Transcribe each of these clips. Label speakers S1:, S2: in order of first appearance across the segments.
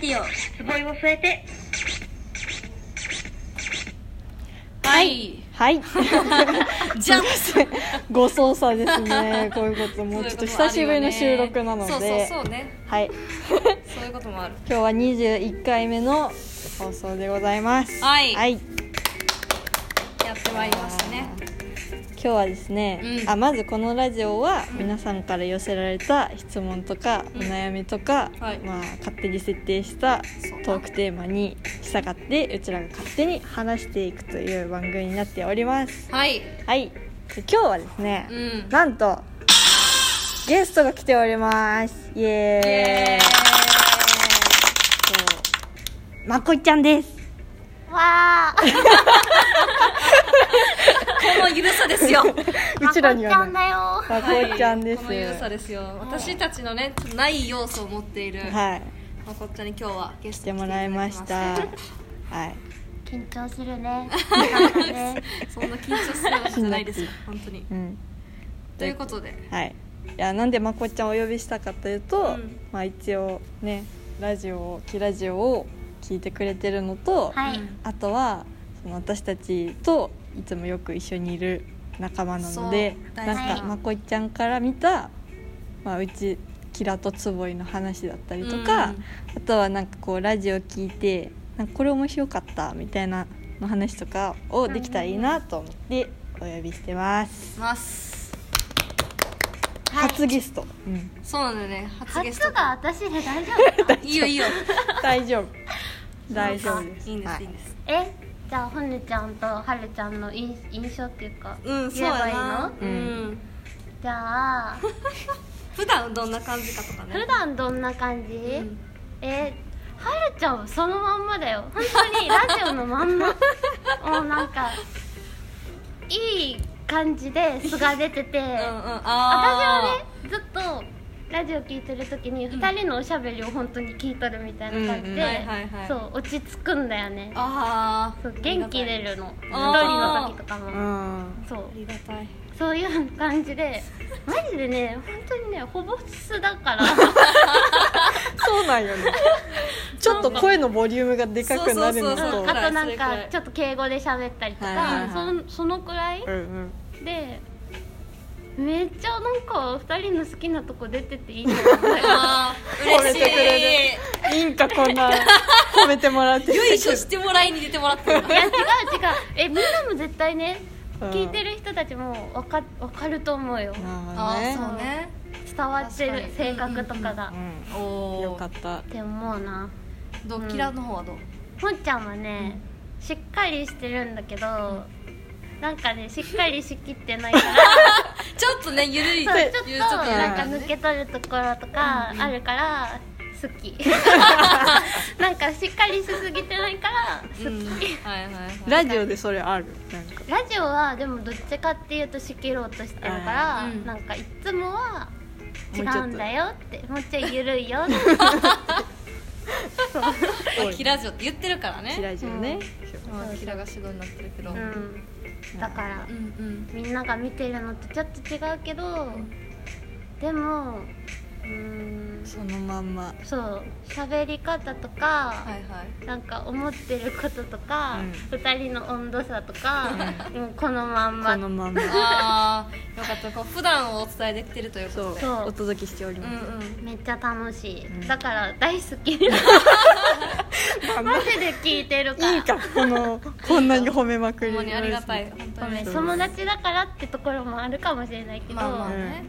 S1: ディオ
S2: すごいを添えて
S1: はい
S3: はい。
S1: じゃん
S3: ご操作ですね。こういうこともうちょっと久しぶりの収録なの
S1: そういう
S3: で
S1: こともあるよねそうそうそうね
S3: はい。
S1: そういうこともある
S3: 今日は二十一回目の放送でございます。
S1: はい
S3: はい。
S1: やってまいりましたね
S3: 今日はですね、
S1: うん
S3: あまずこのラジオは皆さんから寄せられた質問とかお悩みとか、
S1: はい
S3: まあ、勝手に設定した
S1: そう
S3: トークテーマに従ってうちらが勝手に話していくという番組になっております
S1: はい
S3: はいで今日はですね、
S1: うん
S3: なんとゲストが来ておりますイエーイ
S1: えー
S3: そうまこいちゃんです
S2: わー
S1: このゆるさですよ
S3: うちらにはない
S2: よ
S3: まこいちゃんで
S1: は
S3: す、
S1: いこのゆるさですよ私たちのねちょっとない要素を持っている
S3: はい
S1: まこっちゃんに今日はゲス
S3: し
S1: ト
S3: て
S1: に
S3: も
S1: 来
S3: ら
S1: て
S3: い
S1: い
S3: ま
S1: だき
S3: し
S1: す
S3: たはい
S2: 緊張する ねなんかね
S1: そんな緊張するわけじゃない ですよ本当に
S3: うん
S1: ということで
S3: はい、いやなんでまこっちゃんをお呼びしたかというと、
S1: うん
S3: まあ、一応ねラジオを「キラジオ」を聞いてくれてるのと、
S2: はい、
S1: うん
S3: あとはその私たちといつもよく一緒にいる仲間なので
S1: そう大
S3: なん
S1: 好き
S3: かまこっちゃんから見た、まあ、うちキラとつぼいの話だったりとか、
S1: うん
S3: あとはなんかこうラジオ聞いてなんかこれ面白かったみたいなの話とかをできたらいいなと思ってお呼びしてます。
S1: ます
S3: 初ゲスト、うん
S1: そうなんだよね初ゲス
S2: 初
S1: ト
S2: が私で大丈夫か
S1: いいよいいよ
S3: 大丈夫大丈夫です
S1: いいんで
S3: は
S1: すいいんです
S2: えじゃあほねちゃんとはるちゃんの印印象っていうか、
S1: うんそう
S2: 言え
S1: や
S2: ばいい
S1: な
S2: の
S3: うん
S1: うん
S2: じゃあ
S1: 普段どんな感じかとかね
S2: 普段どんな感じ、
S1: うん
S2: えはるちゃんはそのまんまだよ本当にラジオの まんまもうなんかいい感じで素が出てて、
S1: うんうん
S2: 私は
S1: あ
S2: ねずっとラジオ聞いてる時に2人のおしゃべりを本当に聞いとるみたいな感じ
S3: うんうん
S1: はいは
S2: で
S1: いはい
S2: そう落ち着くんだよね
S1: ーあ
S2: そう
S1: ー
S2: 元気出るの一人
S1: あー
S2: の時とか
S3: う
S2: も
S3: ん
S2: そう
S1: ありがたい
S2: そういう感 じでマジでね本当にねほぼ素だから
S3: そうなん よねちょっと声のボリュームがでかくなる
S1: そうそう
S3: の
S1: そう
S3: と
S2: あとな
S1: それ
S2: ん
S1: くら
S2: か
S1: い
S2: ちょっと敬語で喋ったりと
S3: はいはいは
S2: か
S3: い
S2: そんそのくらい
S3: うんうん
S2: でめっちゃなんか2人の好きなとこ出てていいと思う
S1: あー
S3: 褒め
S1: 嬉して
S3: くれ
S1: い
S3: るいいんかこんな褒めてもらって
S1: よいしょしてもらいに出てもら ったん
S2: い
S1: だ
S2: や違う違うえみんなも絶対ね
S3: うん
S2: 聞いてる人たちもわかわかると思うよ
S3: ま
S1: あ
S3: あね
S1: ーそうね
S2: 伝わってる
S1: 確か
S2: 性
S1: に
S2: 格とかが、
S3: う
S1: お
S3: ん
S1: ー
S3: よかった
S2: って思うな
S1: どうキラの方はどう
S2: ほんちゃんはね、しっかりしてるんだけど、なんかねしっかりしきってないから
S1: ちょっとねゆるい
S2: そうちょっと
S1: ゆる
S2: なんか
S1: ゆる
S2: 抜け取るところとかあるから好きなんかしっかりしすぎてないから好き、
S1: うんはいはいはい
S3: ラジオでそれあるなんか
S2: ラジオはでもどっちかっていうと仕切ろうとしてるから、
S1: うん
S2: なんかいつもは違うんだよってもうちょいゆるいよって
S3: 多い
S1: キラジオって言ってるからね
S3: キラジオね
S1: まあキラが主導になってるけど、
S2: う
S1: うん
S2: んだから
S1: うん
S2: みんなが見てるのとちょっと違うけど、でもうーん
S3: そのまんま
S2: そう喋り方とか、
S1: はいはい
S2: なんか思ってることとか、
S3: う
S2: 二人の温度差とか、もうこのまんま
S3: このまんま
S1: ああよかったこう普段をお伝えできてるということで
S3: そううんお届けしており
S1: うんう
S3: ま
S1: ん
S2: めっちゃ楽しい、
S3: うん
S2: だから大好きマジで聞いてるか
S3: す
S2: ら
S3: いいかこのこんなに褒めま く
S1: ほんま
S3: り
S1: にありがたい本当
S2: ごめ
S1: に
S2: ん友達だからってところもあるかもしれないけど、
S1: まあまあね、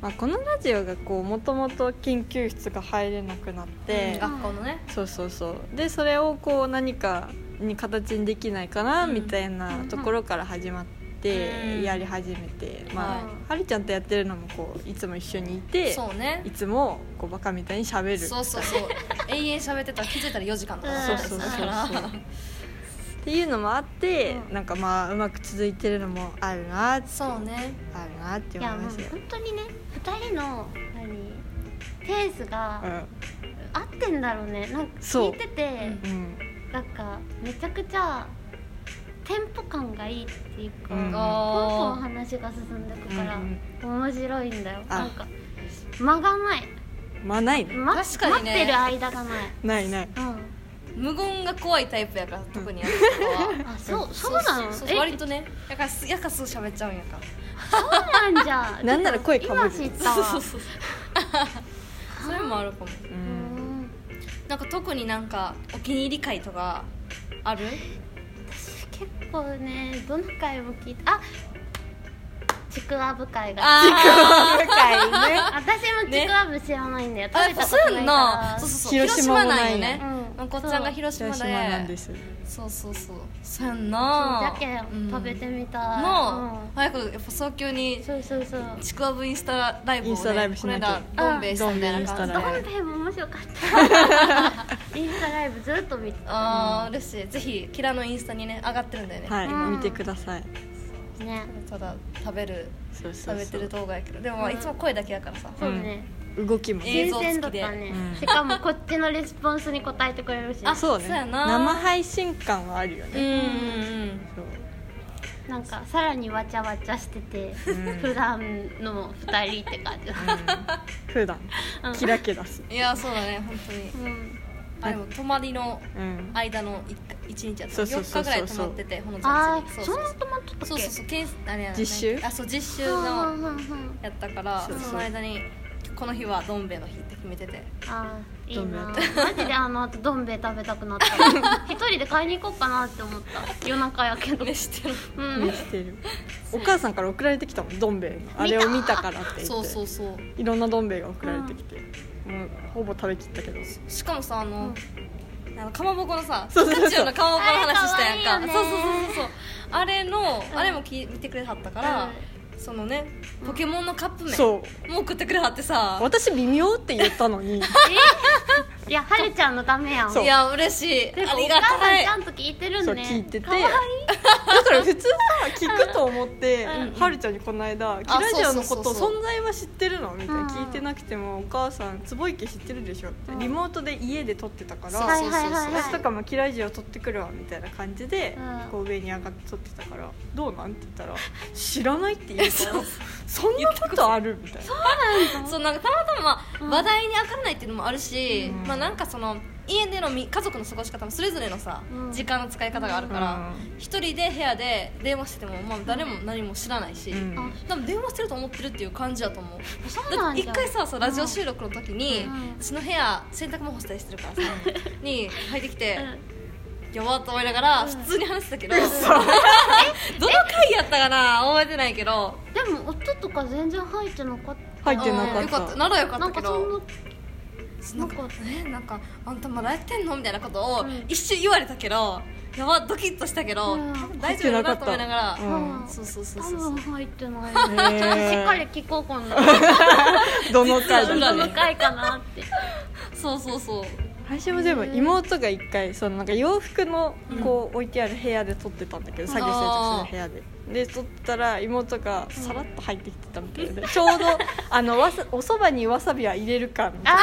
S3: まあ、このラジオがこうもともと研究室が入れなくなって、
S1: うん学校のね
S3: そうそうそうでそれをこう何かに形にできないかな
S1: うん
S3: みたいなところから始まって
S1: うん
S3: やり始めて、まあ
S2: はい
S3: はるちゃんとやってるのもこういつも一緒にいて
S1: そうね
S3: いつもこうバカみたいにしゃべる
S1: そうそうそう永遠喋ってたら気づいたら4時間とか
S2: うん
S3: そうそう
S1: だ
S3: そう
S1: から
S3: そうっていうのもあって、なんかまあうまく続いてるのもあるなって
S1: そうね
S3: あるなって
S2: い
S3: 思い
S2: やもう
S3: ます
S2: 本
S3: よ。
S2: 当にね2人の何ペース
S3: う
S2: が
S3: ん
S2: 合ってんだろうねなんか
S3: そう
S2: 聞いてて、
S3: うん
S2: なんかめちゃくちゃテンポ感がいいっていうか、
S3: うん
S2: ポンポン話が進んでくから、
S3: うん
S2: 面白いんだよ
S3: あ
S2: なんか間がない
S3: まあないね
S2: ま
S1: 確かにね
S2: 待ってる間がない
S3: ないない
S2: うん
S1: 無言が怖いタイプやから特に私とかは
S2: あそうそうなの
S1: そうそう割
S2: え
S1: とねやからすやからすぐ喋っちゃうんやから
S2: そうなんじゃ
S3: なんなら声かぶる
S2: 今知った
S1: そうそ
S2: わ
S1: うそうそれもあるかも
S3: う
S2: うん ん
S1: なんか特になんかお気に入り会とかある
S2: 私結構ねどの回も聞いたあちくわ部会が
S1: あ
S3: 深いね
S2: 私もちくわぶ知らないんだよ、
S1: あや
S2: 食べ
S1: ったぱそ
S2: こと
S1: うや
S2: ない
S1: ん
S2: か
S1: な
S2: ら
S1: そうそうそう
S3: 広
S1: 広
S3: 島
S1: 島
S3: も
S1: な
S3: なん
S1: よ
S3: いね
S1: ね
S2: うん
S1: おこっちゃんが広島
S3: 広
S1: で
S3: 島なんです
S1: そうそうそうそうやん
S2: そう
S1: な
S2: じゃけ
S1: うん
S2: ん食べてみたい
S1: の早くやっぱ早急
S2: う
S1: に
S2: んそうそうそう
S1: ちくわぶインスタライブを、ね、
S3: インスタライブしなきゃ
S1: この間どん兵衛したみたいな
S3: あ
S1: 感じで
S3: どん兵衛
S2: ドンペイも面白か ったインスタライブずっと見て
S1: ああ嬉しいぜひキラのインスタにね上がってるんだよね、
S3: はい、
S2: うん
S3: 見てください
S2: たね
S1: ただ食べる
S3: そうそ
S1: 食
S3: うそう
S1: べてる動画やけどでもまあ
S2: うん
S1: いつも声だけやからさ
S2: そうね、
S3: 動きも、
S1: え映
S2: 新
S1: 像付
S2: 鮮だ
S1: き
S2: っ
S1: で
S2: たね、
S3: うん
S2: しかもこっちのレスポンスに答えてくれるし
S1: あ
S3: そうね
S1: そうやな
S3: 生配信感はあるよ
S1: うんう
S3: ね、
S1: ん
S3: そう
S2: なんかさらにわちゃわちゃしてて、
S3: うん
S2: 普段の2人って感じ
S3: 普段
S2: うん
S3: キラキラする
S1: うんいやそうだね本当に
S2: うん
S1: あでも泊まりの
S3: うん
S1: 間の一か一日やった
S3: そうそう
S1: 4
S3: そうそう
S1: 日ぐらい泊まっててほのちゃ
S2: あ
S1: んち
S2: あ
S1: に
S2: そ
S1: そ
S2: ん
S1: う
S2: な止まっとったっけ
S1: そうそうそうそうけんあれやね
S3: 実習
S1: あそう実習
S2: うん
S1: の
S2: うんうん
S1: やったから
S3: そうそう
S1: その間にこの日はどん兵衛の日って決めて て
S2: あーいいな
S3: どん
S2: マジであの後どん兵衛食べたくなった 一人で買いに行こうかなって思った夜中やけど
S1: ね知ってる
S2: うん
S3: 見てるお母さんから送られてきたもんどん兵衛のあれを見たからって言って
S1: そうそうそう
S3: いろんなどん兵衛が送られてきて、もうほぼ食べきったけど
S1: しかもさあの、あのかまぼこのさピ
S3: そうそうそう
S1: カチュウのかまぼこの話したやんか
S2: あれ可愛いよね
S1: そうそうそうそうあれの、
S2: うん
S1: あれもき見てくれはったから、そのねポケモンのカップ麺
S3: そう
S1: もう送ってくれはってさ
S3: 私微妙って言った のに
S2: いやはるちゃんのためやん
S3: そう
S1: いや嬉しい
S2: てか
S1: あり
S2: お
S1: が
S2: 母さ
S1: た
S2: ん
S1: い
S2: ちゃんと聞いてる
S3: そ
S2: ん
S3: う
S2: ね
S3: 聞いてて
S2: かわいい
S3: だから普通さ聞くと思って、
S1: うん
S3: はるちゃんにこの間「キラジオのこ
S1: そう
S3: と
S1: そうそうそ
S3: 存在は知ってるの?」みたいな
S2: うん
S3: 聞いてなくても「お母さん坪池知ってるでしょ」って
S2: うん
S3: リモートで家で撮ってたから
S1: そう
S2: は
S1: そう
S2: い
S1: そう
S2: はい
S1: そう
S2: はいはい
S3: 私とかも「キラジオ撮ってくるわ」みたいな感じで、
S2: うん
S3: こう上に上がって撮ってたから「どうなん?」って言ったら「知らない」って言うから「そんなことある?」みたいな
S1: そうなんかたまたま、まあ
S2: うん
S1: 話題に上がらないっていうのもあるし、
S3: うん
S1: まあなんかその家でのみ家族の過ごし方もそれぞれのさ、
S2: うん
S1: 時間の使い方があるから
S3: う
S1: 一、人で部屋で電話してても、まあ、誰も何も知らないし、
S3: うん
S2: あ
S1: 多分電話してると思ってるっていう感じだと思う
S2: そう
S1: だ
S2: な
S1: っ
S2: ん
S1: て
S2: じ
S1: 一
S2: ゃ
S1: 回さそうラジオ収録の時に、
S2: うん
S1: 私の部屋洗濯も干したりしてるからさに入ってきて
S2: う
S1: 「
S2: ん
S1: やば」と思いながら
S2: うん
S1: 普通に話してた けど、どの回やったかな覚えてないけど
S2: でも音とか全然入ってなかっ
S3: 入ってな
S1: う
S3: か
S1: ん
S3: っ
S1: よ
S3: た
S1: かったならよか
S2: た
S1: っ
S2: な
S1: たけ
S2: んかそん
S1: どな
S2: な
S1: んか
S2: なんか
S1: えなんかあんたまだやってんの?」みたいなことを
S2: うん
S1: 一瞬言われたけど、やばドキッとしたけど、
S2: うん
S1: 多分大丈夫だなと思いながら、
S3: うん
S2: うん
S1: そうそうそう
S2: 多
S1: そうそう
S2: 分入ってない
S3: へー
S2: ちょっとしっかり聞こう今度
S3: どの回
S1: 実は
S3: だ
S2: ど
S1: 裏
S2: の
S1: で
S3: ね
S2: 回かなって
S1: そうそうそう
S3: 私も全部妹が一回そのなんか洋服のこう置いてある部屋で撮ってたんだけど、作業してる時の部屋でで撮ったら妹がさらっと入ってきてたみたい で、ちょうどあのわさおそばにわさびは入れるかみたいな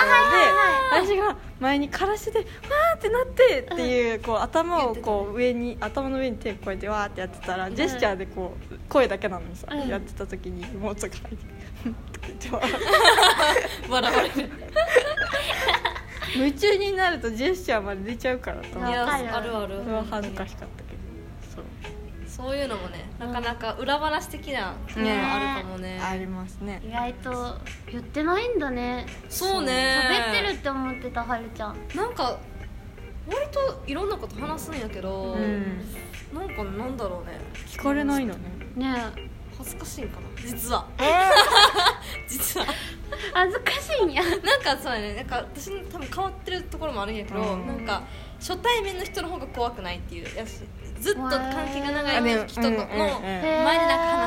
S3: ので私が前にからしでわーってなってっていうこう頭をこう上に頭の上に手をこうやってわーってやってたらジェスチャーでこう声だけなのにさ、
S2: うん
S3: やってた時に妹が入ってきてふんって言って笑って
S1: 笑われる
S3: 夢中になるとジェスチャーまで出ちゃうからと
S1: い
S3: 思って
S1: や
S2: わかる
S1: あるある
S3: それは恥ずかしかったけどそう
S1: そういうのもねなかなか裏話的なの
S3: ね
S1: があるかもね
S3: ありますね
S2: 意外と言ってないんだね
S1: そうね
S2: 食べてるって思ってたはるちゃん
S1: なんか割といろんなこと話すんやけど、
S3: うん
S1: なんかなんだろうね
S3: 聞かれないのね
S2: ねえ
S1: 恥ずかしいんかな実は実は
S2: 恥ずかしいんや
S1: なんかそうやねなんか私の多分変わってるところもあるんやけど、
S3: うん
S1: なんか初対面の人の方が怖くないっていうやつずっと関係が
S3: あ
S1: 長
S3: でも
S1: い人との、
S3: うんうんうん
S1: 前でなんか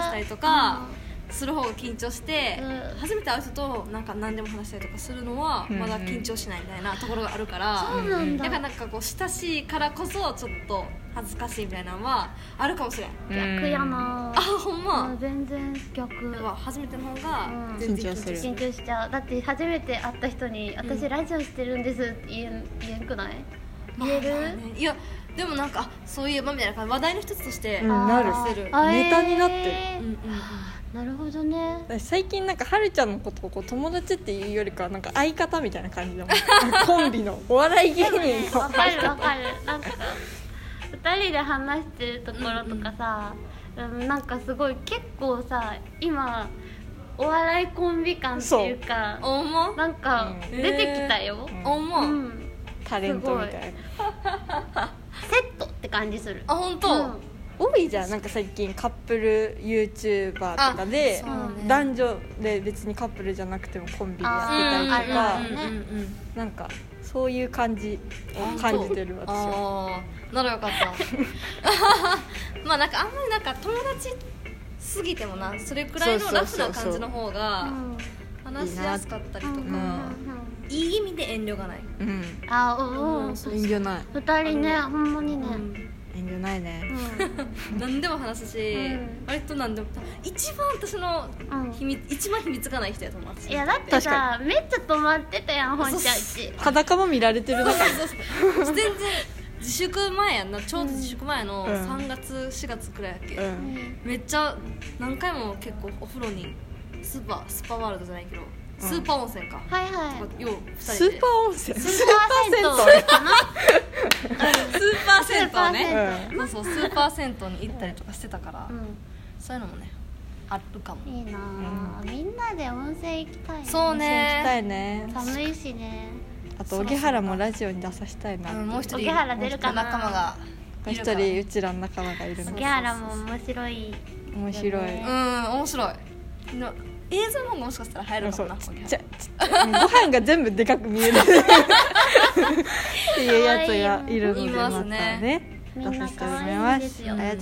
S1: 話したりとかする方が緊張して、
S2: うん
S1: 初めて会う人となんか何でも話したりとかするのは
S3: うんうん
S1: まだ緊張しないみたいなところがあるから、
S2: そうなんだ
S1: だからなんかこう親しいからこそちょっと恥ずかしいみたいなのはあるかもしれん
S2: 逆やな
S1: あほん
S2: うん
S1: ま
S2: 全然逆
S1: やっぱ初めての方が
S2: うん
S1: 全
S3: 緊
S1: 然
S3: 張する
S2: 緊張しちゃうだって初めて会った人に「私ラジオしてるんです」って言えん言えんくない言える、
S1: ねいやでもなんかあそういえばみたいな感じ話題の一つとして、
S3: う
S1: うん
S3: んなる
S1: してる
S2: あ
S3: ネタになってる
S2: え
S1: うん
S2: ーなるほどね
S3: 最近なんかはるちゃんのことをこう友達っていうよりかはなんか相方みたいな感じだもんコンビのお笑い芸人の
S2: わかるわかるなんか2人で話してるところとかさ、うんなんかすごい結構さ今お笑いコンビ感っていうか
S1: 思う
S2: なんか
S3: うん
S2: 出てきたよ、
S1: 思う、
S2: うん、
S3: タレントみたいな
S2: セットって感じする
S1: あ本当、
S2: うん
S3: 多いじゃんなんか最近カップル YouTuber とかで
S1: あそうね
S3: 男女で別にカップルじゃなくてもコンビでや
S1: うん
S3: ってたりと
S2: あ
S3: か
S2: ーるある
S1: うんうんうん
S3: なんかそういう感じを感じてる私は
S1: ああならよかった まあなんかあんまりなんか友達すぎてもなそれくらいのラフな感じの方が
S2: うん
S1: 話しやすかったりとか、
S2: うんうんうん
S1: いい意味で遠慮がない、
S3: うん
S2: あおお
S1: うん
S3: 遠慮ない
S2: 2人ねほんまにね、
S3: 遠慮ない
S2: うん
S3: ね
S1: 何でも話すし、
S2: うん
S1: 割と何でも一番私の
S2: うん
S1: 秘密一番秘密がない人や友達
S2: いやだって
S3: 確
S2: さ
S3: か
S2: めっちゃ止まってたやん本ちゃんち
S3: 裸も見られてる中
S1: そうそうそう全然自粛前やんなちょうど自粛前の
S3: うん
S1: 3月4月くらいやっけ、
S3: う
S2: うんん
S1: めっちゃ何回も結構お風呂にスーパースーパーワールドじゃないけどスーパー温泉か、
S2: はいはい
S1: よう2人で
S3: スーパー温泉
S2: スーパー銭湯かな
S1: スーパー銭湯
S2: スーパー銭湯
S1: ね
S3: う
S1: そうそうスーパー銭湯に行ったりとかしてたから、
S2: う
S1: そういうのもねあるかも
S2: んいいなあ、みんなで温泉行きたいね
S1: そう
S3: 行きた
S1: ね
S3: いね
S2: 寒いしね
S3: あと荻原もラジオに出させたいな
S1: うんもう一人
S2: 桶原出るかな
S1: 仲間がい
S3: 一
S1: るから
S3: 人うちらの仲間がいるの
S2: ギャラも面白い
S3: 面白い
S1: うん面白いの映像の方がもしかしたら入
S3: う
S1: る
S3: ん
S1: か
S3: そ
S1: も
S3: う
S1: な
S3: ち
S1: こ
S3: っ
S1: こに
S3: ちゃいちっちゃいご飯が全部でかく見えるっていうやつがいるので
S1: いま
S3: ま
S1: す
S3: た
S1: ね
S3: ね
S2: みん
S3: 出
S2: な
S3: させて
S2: 可
S3: もらい
S2: 愛い
S3: ま
S2: んですすよ
S3: ありがとう